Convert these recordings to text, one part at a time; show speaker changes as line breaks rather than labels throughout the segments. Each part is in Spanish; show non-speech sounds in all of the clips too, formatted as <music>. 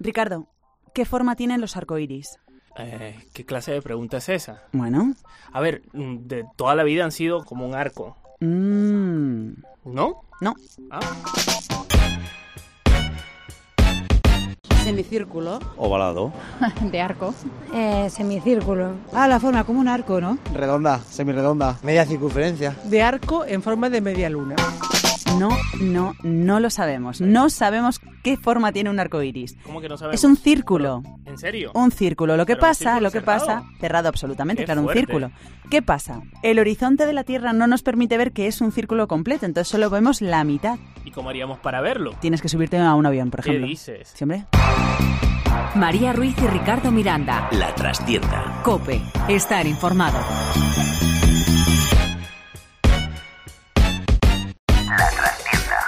Ricardo, ¿qué forma tienen los arcoíris?
Eh, ¿Qué clase de pregunta es esa?
Bueno.
A ver, mm, de toda la vida han sido como un arco,
mm,
¿no?
no.
Ah,
Semicírculo
Ovalado.
de arco.
Eh, semicírculo.
Ah, la forma como un arco, ¿no?
Redonda, semirredonda. Media circunferencia.
De arco en forma de media luna.
No, no, no lo sabemos. No sabemos qué forma tiene un arcoíris.
¿cómo que no sabemos?
Es un círculo. Oh.
¿En serio?
Un círculo. Lo que
Pero un
pasa,
círculo
lo que
cerrado.
pasa, cerrado absolutamente,
Qué
claro, un
fuerte.
círculo. ¿Qué pasa? El horizonte de la Tierra no nos permite ver que es un círculo completo, entonces solo vemos la mitad.
¿Y cómo haríamos para verlo?
Tienes que subirte a un avión, por
¿Qué
ejemplo.
dices?
¿Sí, hombre?
María Ruiz y Ricardo Miranda.
La trastienda.
Cope. Estar informado.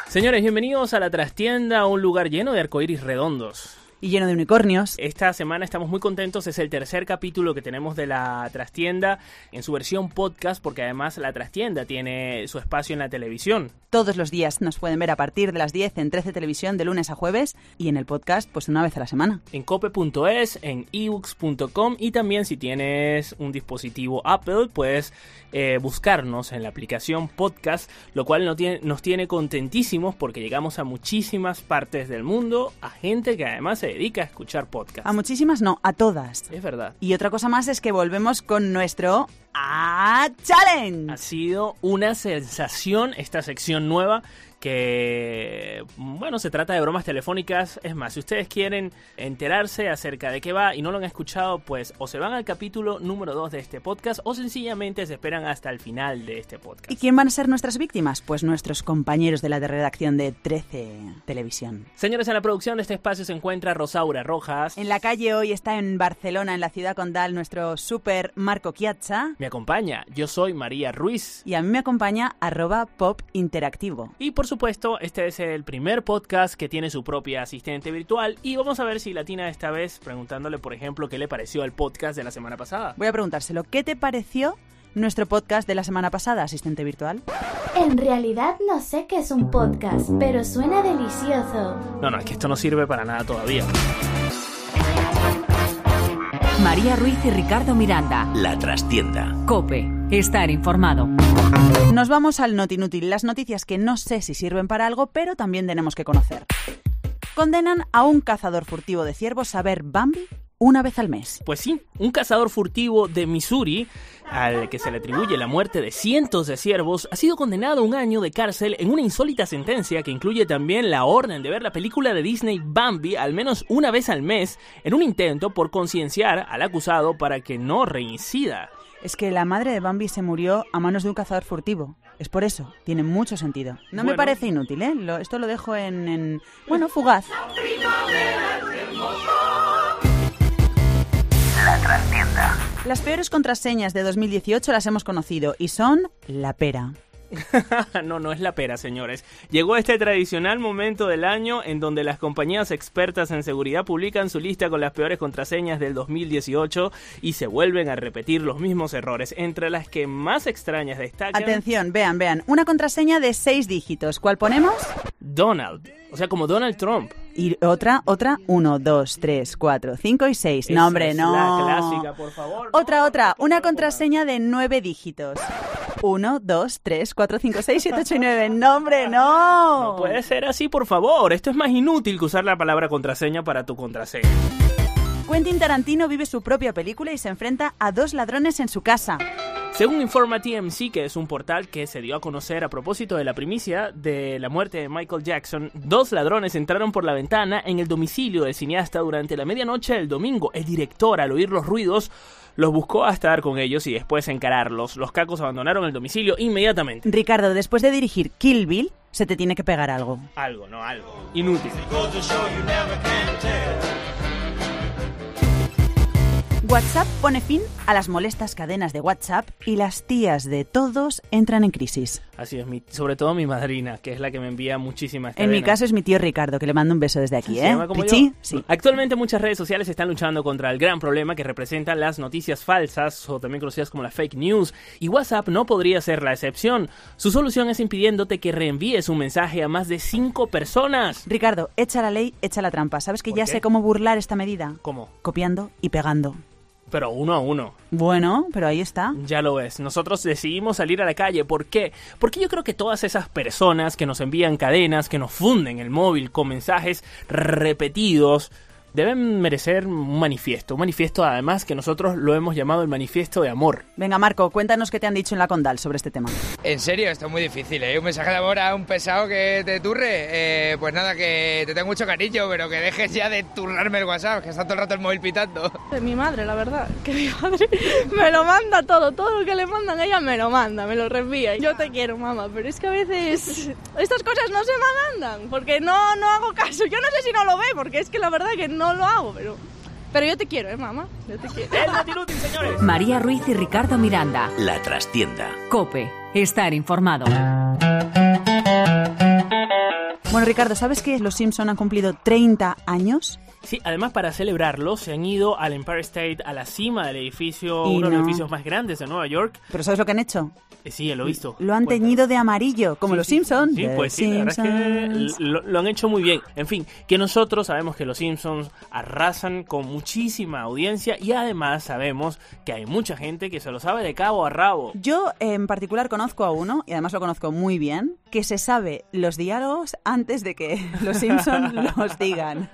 Señores, bienvenidos a La Trastienda, un lugar lleno de arcoíris redondos.
Y lleno de unicornios.
Esta semana estamos muy contentos, es el tercer capítulo que tenemos de La Trastienda en su versión podcast, porque además La Trastienda tiene su espacio en la televisión.
Todos los días nos pueden ver a partir de las 10 en 13 Televisión de lunes a jueves y en el podcast pues una vez a la semana.
en cope.es, en ebooks.com y también si tienes un dispositivo Apple puedes eh, buscarnos en la aplicación podcast, lo cual no tiene- nos tiene contentísimos porque llegamos a muchísimas partes del mundo, a gente que además se dedica a escuchar podcast.
A muchísimas no, a todas.
es verdad.
Y otra cosa más es que volvemos con nuestro A Challenge.
Ha sido una sensación esta sección nueva que, bueno, se trata de bromas telefónicas. Es más, si ustedes quieren enterarse acerca de qué va y no lo han escuchado, pues o se van al capítulo número 2 de este podcast o sencillamente se esperan hasta el final de este
¿Y
podcast.
quién van a ser nuestras víctimas? Pues nuestros compañeros de la redacción de 13 Televisión.
Señores, en la producción de este espacio se encuentra Rosaura Rojas.
En la calle hoy está en Barcelona, en la ciudad condal, nuestro super Marco Chiazza.
Me acompaña, yo soy María Ruiz.
Y a mí me acompaña arroba pop interactivo.
Y por supuesto, este es el primer podcast que tiene su propia asistente virtual. Y vamos a ver si Latina esta vez preguntándole, por ejemplo, qué le pareció el podcast de la semana pasada.
Voy a preguntárselo, ¿qué te pareció nuestro podcast de la semana pasada, asistente virtual?
En realidad no sé qué es un podcast, pero suena delicioso.
No, no, es que esto no sirve para nada todavía.
María Ruiz y Ricardo Miranda.
La trastienda.
Cope. Estar informado.
Nos vamos al Notinútil, las noticias que no sé si sirven para algo, pero también tenemos que conocer. Condenan a un cazador furtivo de ciervos a ver Bambi una vez al mes.
Pues sí, un cazador furtivo de Missouri, al que se le atribuye la muerte de cientos de ciervos, ha sido condenado a un año de cárcel en una insólita sentencia que incluye también la orden de ver la película de Disney Bambi al menos una vez al mes, en un intento por concienciar al acusado para que no reincida.
Es que la madre de Bambi se murió a manos de un cazador furtivo. Es por eso, tiene mucho sentido. No me
Bueno.
parece inútil, ¿eh? Lo- esto lo dejo en, en- Bueno, fugaz. Las peores contraseñas de 2018 las hemos conocido y son la pera.
<laughs> no, no es la pera, señores. Llegó este tradicional momento del año en donde las compañías expertas en seguridad publican su lista con las peores contraseñas del 2018 y se vuelven a repetir los mismos errores. Entre las que más extrañas destacan
Atención, vean, vean. Una contraseña de seis dígitos. ¿Cuál ponemos?
Donald, o sea, como Donald Trump.
Y otra, otra. Uno, dos, tres, cuatro, cinco y seis.
Esa
No, hombre,
es
no.
La clásica, por favor.
Otra,
No,
otra.
por
Una
favor.
contraseña de nueve dígitos. Uno, dos, tres, cuatro, cinco, seis, siete, ocho y nueve. ¡No, hombre, no!
No puede ser así, por favor. Esto es más inútil que usar la palabra contraseña para tu contraseña.
Quentin Tarantino vive su propia película y se enfrenta a dos ladrones en su casa.
Según informa TMC, que es un portal que se dio a conocer a propósito de la primicia de la muerte de Michael Jackson, dos ladrones entraron por la ventana en el domicilio del cineasta durante la medianoche del domingo. El director, al oír los ruidos, los buscó hasta dar con ellos y después encararlos. Los cacos abandonaron el domicilio inmediatamente.
Ricardo, después de dirigir Kill Bill, se te tiene que pegar algo.
Algo, no algo. Inútil.
WhatsApp pone fin a las molestas cadenas de WhatsApp y las tías de todos entran en crisis.
Así es, mi- sobre todo mi madrina, que es la que me envía muchísimas
En mi
cadenas.
caso es mi tío Ricardo, que le mando un beso desde aquí,
¿Se
¿eh?
llama como
Pichi,
yo?
sí.
Actualmente muchas redes sociales están luchando contra el gran problema que representan las noticias falsas o también conocidas como las fake news y WhatsApp no podría ser la excepción. Su solución es impidiéndote que reenvíes un mensaje a más de cinco personas.
Ricardo, echa la ley, echa la trampa. ¿Sabes que
¿Por
ya
qué?
sé cómo burlar esta medida?
¿Cómo?
Copiando y pegando.
Pero uno a uno.
Bueno, pero ahí está.
Ya lo ves, nosotros decidimos salir a la calle. ¿Por qué? Porque yo creo que todas esas personas que nos envían cadenas, que nos funden el móvil con mensajes repetidos, deben merecer un manifiesto. Un manifiesto además que nosotros lo hemos llamado el manifiesto de amor.
Venga, Marco, cuéntanos qué te han dicho en la Condal sobre este tema.
En serio, está muy difícil, ¿eh? Un mensaje de amor a un pesado que te turre. Eh, pues nada, que te tengo mucho cariño, pero que dejes ya de turrarme el WhatsApp, que está todo el rato el móvil pitando.
De mi madre, la verdad, que mi madre me lo manda todo, todo lo que le mandan ella me lo manda, me lo reenvía. Yo te quiero, mamá, pero es que a veces estas cosas no se me mandan, porque no, no hago caso. Yo no sé si no lo ve, porque es que la verdad que no lo hago, pero, pero yo te quiero, ¿eh, mamá? Yo te quiero.
¡El Latinútil, señores!
María Ruiz y Ricardo Miranda.
La trastienda.
Cope. Estar informado.
Bueno, Ricardo, ¿sabes que los Simpson han cumplido 30 años?
Sí, además para celebrarlo se han ido al Empire State, a la cima del edificio,
Y
uno de los
no.
edificios más grandes de Nueva York.
¿Pero sabes lo que han hecho?
Eh, sí, lo he visto.
Lo han
Cuéntame.
teñido de amarillo, como los Simpsons.
Sí, pues sí, la verdad es que lo, lo han hecho muy bien. En fin, que nosotros sabemos que los Simpsons arrasan con muchísima audiencia y además sabemos que hay mucha gente que se lo sabe de cabo a rabo.
Yo en particular conozco a uno, y además lo conozco muy bien, que se sabe los diálogos antes de que los Simpsons los digan.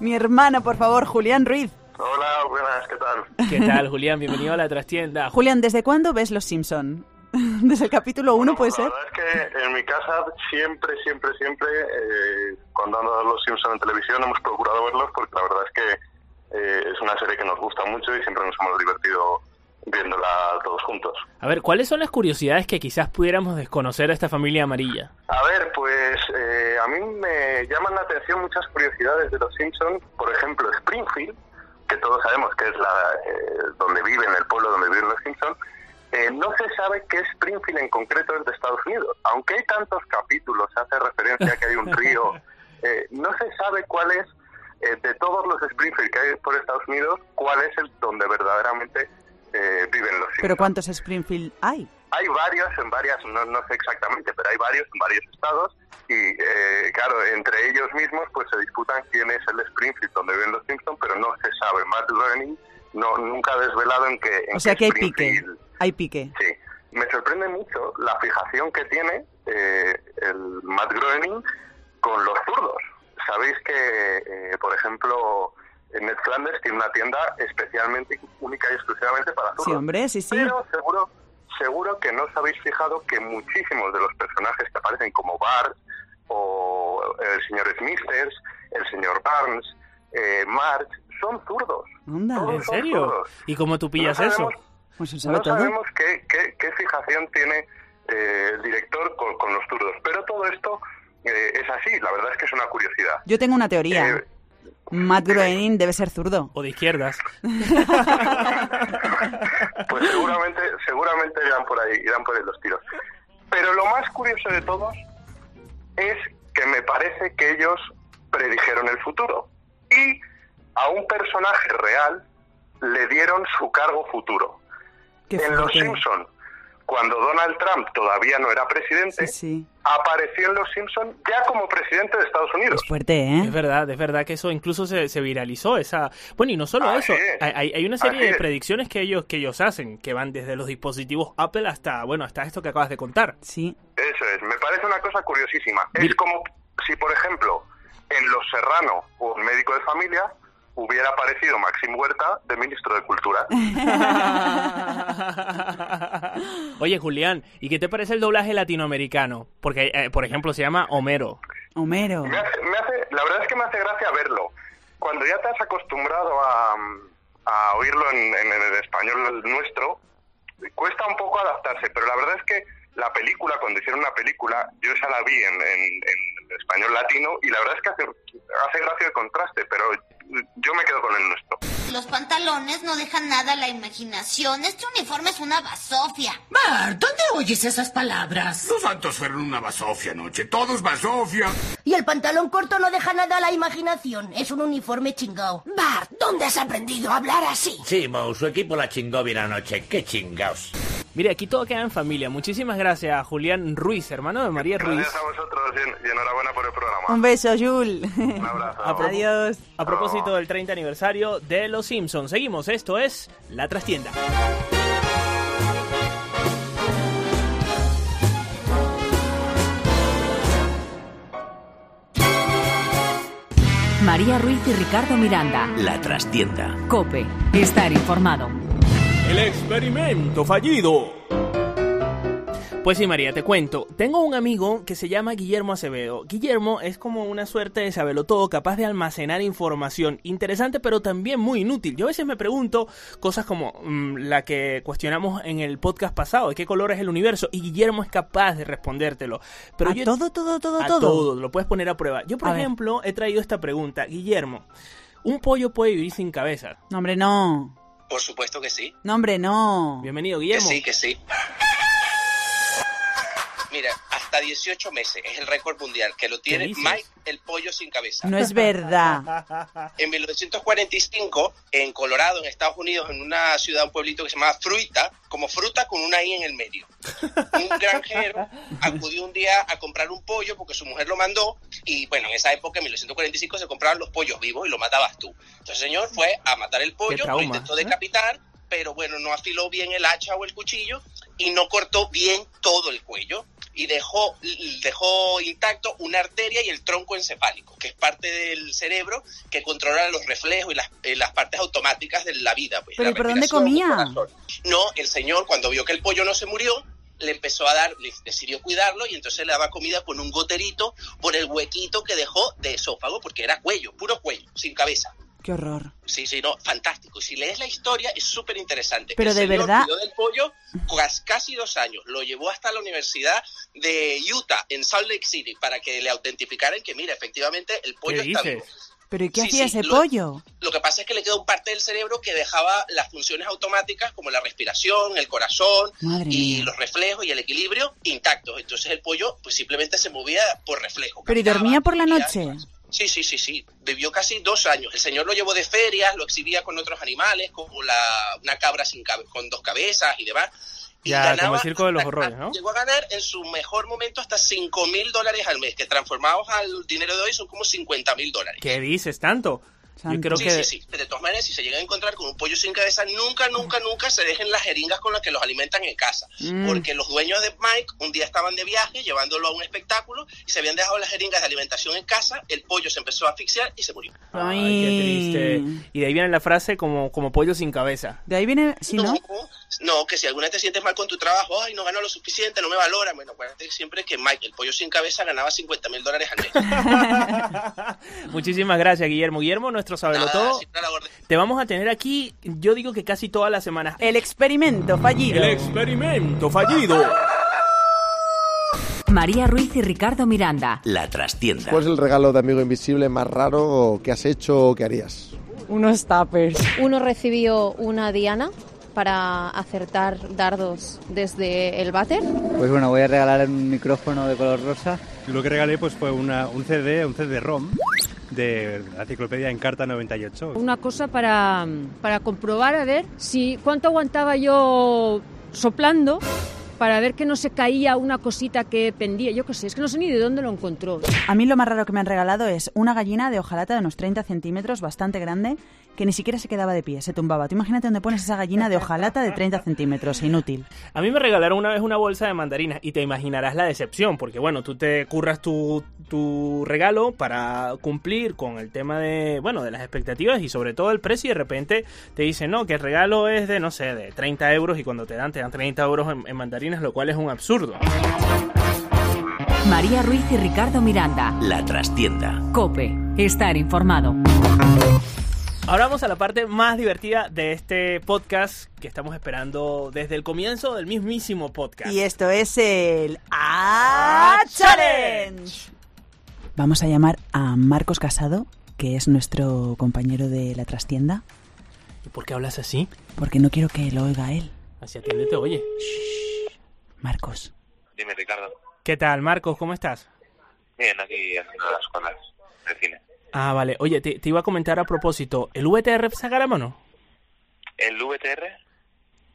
Mi hermano, por favor, Julián Ruiz.
Hola, buenas, ¿qué tal?
¿Qué
<laughs>
tal, Julián? Bienvenido a la trastienda. Ju-
Julián, ¿desde cuándo ves los Simpson? <laughs> ¿Desde el capítulo 1 puede
la
ser?
verdad es que en mi casa siempre, siempre, siempre, eh, cuando han dado los Simpsons en televisión, hemos procurado verlos porque la verdad es que eh, es una serie que nos gusta mucho y siempre nos hemos divertido viéndola todos juntos.
A ver, ¿cuáles son las curiosidades que quizás pudiéramos desconocer a esta familia amarilla?
A ver, pues eh, a mí me llaman la atención muchas curiosidades de los Simpsons. Por ejemplo, Springfield, que todos sabemos que es la eh, donde viven, el pueblo donde viven los Simpsons. eh, no se sabe que Springfield en concreto es de Estados Unidos. Aunque hay tantos capítulos, hace referencia a que hay un río. eh, no se sabe cuál es, eh, de todos los Springfield que hay por Estados Unidos, cuál es el donde verdaderamente eh, viven los Simpsons.
¿Pero cuántos Springfield hay?
Hay varios en varias, no, no sé exactamente, pero hay varios en varios estados y eh, claro, entre ellos mismos pues se disputan quién es el Springfield donde viven los Simpsons, pero no se sabe. Matt Groening no, nunca ha desvelado en qué en
O sea
qué
que hay pique.
Springfield-
Hay pique.
Sí, me sorprende mucho la fijación que tiene eh, el Matt Groening con los zurdos. Sabéis que, eh, por ejemplo, en Ned Flanders tiene una tienda especialmente, única y exclusivamente para zurdos.
Sí, hombre, sí, sí.
Pero seguro, seguro que no os habéis fijado que muchísimos de los personajes que aparecen como Bart o el señor Smithers, el señor Barnes, eh, Marge, son zurdos.
Anda.
Todos
¿En
son
serio?
zurdos.
¿Y cómo tú pillas
No
eso?
sabemos-
Pues se sabe
No
todo.
sabemos qué, qué- qué fijación tiene eh, el director con, con los zurdos, pero todo esto eh, es así, la verdad es que es una curiosidad.
Yo tengo una teoría.
Eh,
Matt Groening debe ser zurdo.
O de izquierdas.
Pues seguramente, seguramente irán por ahí, irán por ahí los tiros. Pero lo más curioso de todos es que me parece que ellos predijeron el futuro y a un personaje real le dieron su cargo futuro.
Qué
en Los
fuerte.
Simpson, cuando Donald Trump todavía no era presidente,
Sí, sí.
apareció en Los Simpson ya como presidente de Estados Unidos.
Es fuerte, ¿eh?
Es verdad, es verdad que eso incluso se, se viralizó esa. Bueno, y no solo
Así
eso,
es.
hay- hay, hay una serie
Así
de
es.
predicciones que ellos que ellos hacen, que van desde los dispositivos Apple hasta, bueno, hasta esto que acabas
<laughs>
de contar.
Sí.
Eso es, me parece una cosa curiosísima.
Mira.
Es como si, por ejemplo, en Los Serrano o en Médico de Familia hubiera aparecido Maxim Huerta de ministro de Cultura.
Oye, Julián, ¿y qué te parece el doblaje latinoamericano? Porque, eh, por ejemplo, se llama Homero.
Homero.
Me hace- me hace- la verdad es que me hace gracia verlo. Cuando ya te has acostumbrado a, a oírlo en, en el español nuestro, cuesta un poco adaptarse, pero la verdad es que la película, cuando hicieron una película, yo esa la vi en, en- en español latino y la verdad es que hace, hace gracia el contraste, pero yo me quedo con el nuestro.
los pantalones no dejan nada a la imaginación. Este uniforme es una basofia.
Mar, ¿dónde oyes esas palabras?
Los santos fueron una basofia anoche. Todos basofia.
Y el pantalón corto no deja nada a la imaginación. Es un uniforme chingao. Bart, ¿dónde has aprendido a hablar así?
Sí, Moe, su equipo la chingó bien anoche. ¡Qué chingaos!
Mire, aquí todo queda en familia. Muchísimas gracias a Julián Ruiz, hermano de María Ruiz.
Gracias a vosotros y y enhorabuena por el programa.
Un beso, Jul. <laughs>
Un abrazo.
A pro-
Adiós.
A propósito del 30 aniversario de Los Simpsons. Seguimos, esto es La Trastienda.
María Ruiz y Ricardo Miranda.
La trastienda.
Cope. Estar informado.
El experimento fallido. Pues sí, María, te cuento. Tengo un amigo que se llama Guillermo Acevedo. Guillermo es como una suerte de sabelotodo, capaz de almacenar información interesante, pero también muy inútil. Yo a veces me pregunto cosas como mm, la que cuestionamos en el podcast pasado, de qué color es el universo, y Guillermo es capaz de respondértelo. Pero
¿A
yo-
todo, todo, todo,
a
todo?
todo, lo puedes poner a prueba. Yo, por
A ver.
ejemplo, he traído esta pregunta. Guillermo, ¿un pollo puede vivir sin cabeza?
No, hombre, no.
Por supuesto que sí.
No, hombre, no.
Bienvenido, Guillermo.
Que sí, que sí. Mira, hasta 18 meses es el récord mundial que lo tiene
dices?
Mike el pollo sin cabeza.
No es
<laughs>
verdad.
En 1945, en Colorado, en Estados Unidos, en una ciudad, un pueblito que se llamaba Fruita, como fruta con una I en el medio. Un
<laughs>
granjero acudió un día a comprar un pollo porque su mujer lo mandó y bueno, en esa época, en 1945, se compraban los pollos vivos y lo matabas tú. Entonces el señor fue a matar el pollo, lo
trauma,
intentó decapitar, pero bueno, no afiló bien el hacha o el cuchillo y no cortó bien todo el cuello y dejó, dejó intacto una arteria y el tronco encefálico, que es parte del cerebro que controla los reflejos y las, eh, las partes automáticas de la vida. pues,
Pero ¿y
la
por dónde
respiración, el
comía?
corazón. No, el señor cuando vio que el pollo no se murió, le empezó a dar, le- decidió cuidarlo y entonces le daba comida con un goterito por el huequito que dejó de esófago, porque era cuello, puro cuello, sin cabeza.
Qué horror.
Sí, sí, no, fantástico. Y Si lees la historia, es súper interesante.
Pero
El
de
señor
verdad-
cuidó del pollo cas- casi dos años. Lo llevó hasta la Universidad de Utah, en Salt Lake City, para que le autentificaran que, mira, efectivamente, el pollo está vivo.
¿Pero y qué
Sí,
hacía
sí,
ese
lo-
pollo?
Lo que pasa es que le quedó un parte del cerebro que dejaba las funciones automáticas, como la respiración, el corazón,
Madre
y
mía.
los reflejos y el equilibrio intactos. Entonces el pollo pues simplemente se movía por reflejo.
¿Pero y dormía por la noche?
Sí, sí, sí, sí. Vivió casi dos años. El señor lo llevó de ferias, lo exhibía con otros animales, como la, una cabra sin cabe- con dos cabezas y demás. Y
Ya,
ganaba
como el circo de los
hasta-
horrores, ¿no?
Llegó a ganar en su mejor momento hasta 5 mil dólares al mes, que transformados al dinero de hoy son como 50 mil dólares.
¿Qué dices tanto? Yo creo
sí,
que
sí, sí. De todas maneras, si se llegan a encontrar con un pollo sin cabeza, nunca, nunca, nunca se dejen las jeringas con las que los alimentan en casa.
Mm.
Porque los dueños de Mike un día estaban de viaje llevándolo a un espectáculo y se habían dejado las jeringas de alimentación en casa, el pollo se empezó a asfixiar y se murió.
Ay, qué triste. Y de ahí viene la frase como, como pollo sin
<laughs>
cabeza.
De ahí viene, si no,
No, que si alguna vez te sientes mal con tu trabajo, ay, no gano lo suficiente, no me valora. Bueno, acuérdate siempre que Mike, el pollo sin cabeza, ganaba 50 mil dólares al
<laughs>
mes.
Muchísimas gracias, Guillermo. Guillermo, nuestro sabelotodo. Te vamos a tener aquí, yo digo que casi todas las semanas.
el experimento fallido.
experimento fallido.
María Ruiz y Ricardo Miranda.
La trastienda.
¿Cuál es el regalo de amigo invisible más raro que has hecho o que harías?
Unos tapers.
Uno recibió una diana para acertar dardos desde el váter.
Pues bueno, voy a regalar un micrófono de color rosa.
Lo que regalé pues fue una, un CD, un CD-ROM de la enciclopedia Encarta 98.
Una cosa para, para comprobar a ver si cuánto aguantaba yo soplando para ver que no se caía una cosita que pendía. Yo qué sé, es que no sé ni de dónde lo encontró.
A mí lo más raro que me han regalado es una gallina de hojalata de unos 30 centímetros, bastante grande, que ni siquiera se quedaba de pie, se tumbaba. Tú imagínate dónde pones esa gallina de hojalata de 30 centímetros, inútil.
A mí me regalaron una vez una bolsa de mandarinas y te imaginarás la decepción, porque bueno, tú te curras tu, tu regalo para cumplir con el tema de, bueno, de las expectativas y sobre todo el precio y de repente te dicen, no, que el regalo es de, no sé, de 30 euros y cuando te dan, te dan 30 euros en, en mandarinas, lo cual es un absurdo.
María Ruiz y Ricardo Miranda.
La trastienda.
Cope. Estar informado.
Ahora vamos a la parte más divertida de este podcast que estamos esperando desde el comienzo del mismísimo podcast.
Y esto es el A Ah, Challenge. Vamos a llamar a Marcos Casado, que es nuestro compañero de la trastienda.
¿Por qué hablas así?
Porque no quiero que lo oiga él.
Así atiéndete, oye.
Marcos.
Dime, Ricardo.
¿Qué tal, Marcos? ¿Cómo estás?
Bien, aquí haciendo las cosas de cine.
Ah, vale. Oye, te, te iba a comentar a propósito. ¿El VTR sacará mano?
¿El VTR?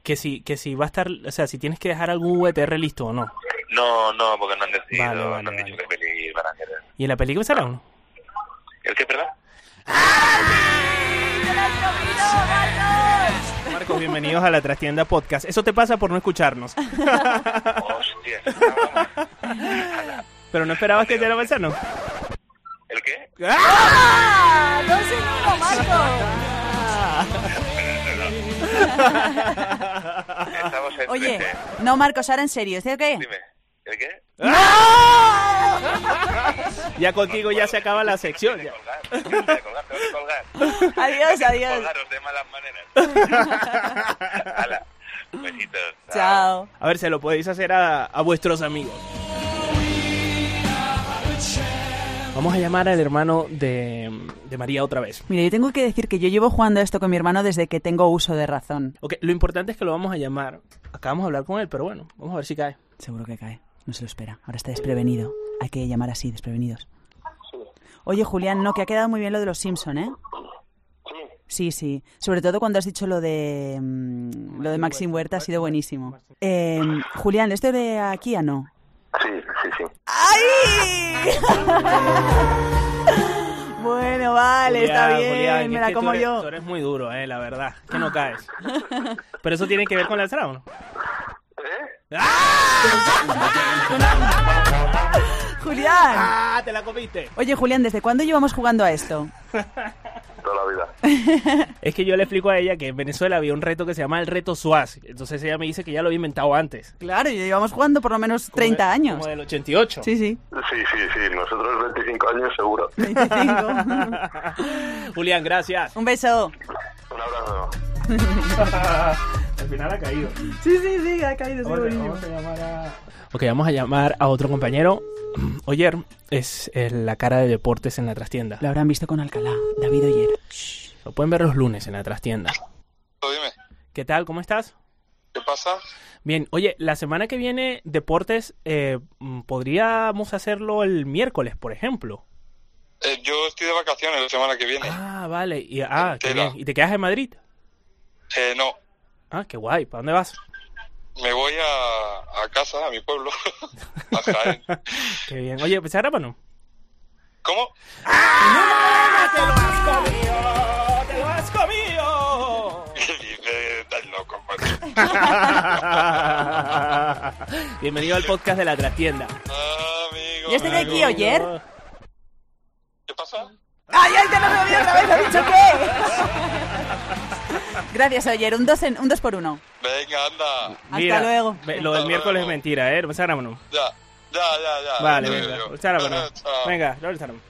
Que si, que si va a estar... O sea, si tienes que dejar algún VTR listo o no.
No, no, porque no han decidido,
Vale, vale,
no han dicho qué peli van a hacer.
¿Y en la película será uno?
¿El qué,
<laughs>
perdón?
Marcos, bienvenidos a la Trastienda Podcast. Eso te pasa por no escucharnos.
Hostia.
Pero no esperabas que te lo pensara, ¿no?
¿El
<laughs>
qué?
¡Ah! ¡Dos en uno,
Marco! <laughs> Estamos en
Oye,
trece.
no, Marcos, ahora en serio, ¿sí o qué?
Dime, ¿el qué?
Ya contigo ya se acaba la sección. ya. <laughs>
Adiós, adiós.
Colgaros de malas maneras. Hala, besitos.
Chao.
A ver, se lo podéis hacer a, a vuestros amigos. Vamos a llamar al hermano de, de María otra vez.
Mira, yo tengo que decir que yo llevo jugando a esto con mi hermano desde que tengo uso de razón.
Ok, lo importante es que lo vamos a llamar. Acabamos de hablar con él, pero bueno, vamos a ver si cae.
Seguro que cae. No se lo espera. Ahora está desprevenido. Hay que llamar así, desprevenidos. Oye, Julián, no, que ha quedado muy bien lo de los Simpson, ¿eh? Sí, sí. Sobre todo cuando has dicho lo de mm, lo de Maxim Huerta ha sido buenísimo. Eh, Julián, ¿esto de aquí a no?
Sí, sí, sí.
¡Ay! <laughs> bueno, vale, está
Julián,
bien.
Julián, es
me la
que tú
como
eres-
yo. Ah.
Tú eres muy duro, eh, la verdad. Que no
<laughs>
caes. Pero eso tiene que ver con la entrada, ¿o ¿no?
¿Eh?
Julián.
¡Ah! ¡Te la comiste!
Oye, Julián, ¿desde cuándo llevamos jugando a esto?
Toda la vida.
Es que yo le explico a ella que en Venezuela había un reto que se llama el reto Suaz. Entonces ella me dice que ya lo había inventado antes.
Claro, ya llevamos jugando por lo menos 30 años.
Como del 88.
Sí, sí.
Sí, sí, sí, nosotros 25 años seguro.
<laughs>
<laughs> Julián, gracias.
Un beso.
Un abrazo.
Al final ha caído.
Sí, sí, sí, ha caído. sí, buenísimo.
Ok, vamos a llamar a otro compañero. <clears throat> Oyer es eh, la cara de deportes en la trastienda.
Lo habrán visto con Alcalá, David Oyer.
Lo pueden ver los lunes en la trastienda.
Dime,
¿Qué tal? ¿Cómo estás?
¿qué pasa?
Bien, oye, la semana que viene deportes eh, mm, podríamos hacerlo el miércoles, por ejemplo.
Eh, yo estoy de vacaciones la semana que
Eh.
viene.
Ah, vale. Y, ah, qué
Entera.
bien. ¿Y te quedas en Madrid?
Eh, no,
Ah, qué guay. ¿Para dónde vas?
me voy a, a casa, a mi pueblo, <laughs> a Jaén.
<laughs> Qué bien. Oye, ¿pues ahora, mano?
¿Cómo? <laughs>
¡Te lo has comido!
Dice, estás loco, macho.
<laughs> Bienvenido al podcast de la trastienda.
¿Y este de aquí, Oyer?
¿Qué pasa?
¡Ay, ay, ya no me voy otra vez! ¿Has dicho qué? <laughs> Gracias, Oyer. Un 2 un dos por uno.
Venga, anda.
Mira,
luego.
ve- Lo del miércoles es mentira, ¿eh? Pues ahora, mano.
Ya, ya, ya, ya.
Vale,
Te
venga.
digo.
Pues ahora, mano.
Chao.
Venga, lo besaremos.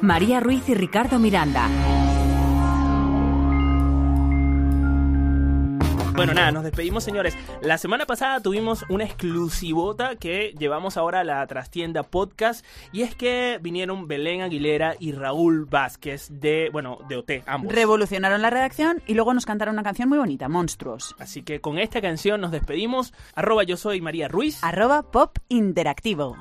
María Ruiz y Ricardo Miranda.
Bueno, nada, nos despedimos, señores. La semana pasada tuvimos una exclusivota que llevamos ahora a la Trastienda Podcast. Y es que vinieron Belén Aguilera y Raúl Vázquez de, bueno, de OT, ambos.
Revolucionaron la redacción y luego nos cantaron una canción muy bonita, Monstruos.
Así que con esta canción nos despedimos. Arroba yo soy María Ruiz.
Arroba pop interactivo.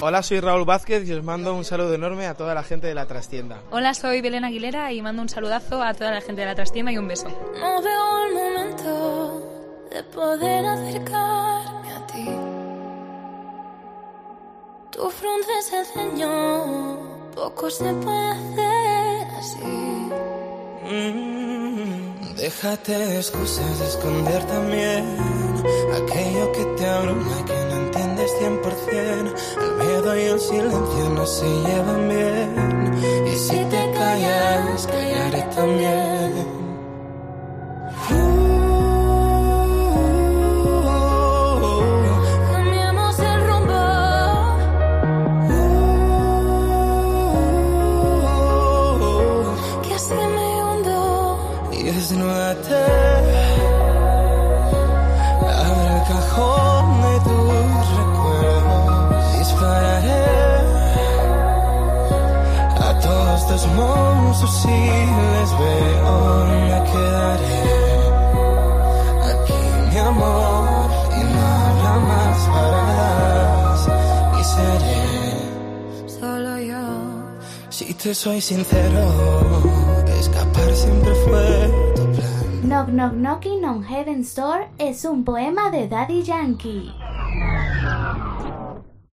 Hola, soy Raúl Vázquez y os mando un saludo enorme a toda la gente de la trastienda.
Hola, soy Belén Aguilera y mando un saludazo a toda la gente de la trastienda y un beso.
No veo el momento de poder acercarme a ti. Tu frente es el ceño, poco se puede hacer así.
Déjate de excusas de esconder también aquello que te abruma y que no entiendes 100%. El miedo y el silencio no se llevan bien. Y si te callas, callaré también.
Cambiamos el rumbo. Que así me hundo.
Y desnúdate. Abre el cajón de tus recuerdos. Dispararé.
si les veo me quedaré aquí, mi amor, y no habrá más paradas y seré solo yo. Si te soy sincero, escapar siempre fue tu plan.
Knock Knock Knocking on Heaven's Door es un poema de Daddy Yankee.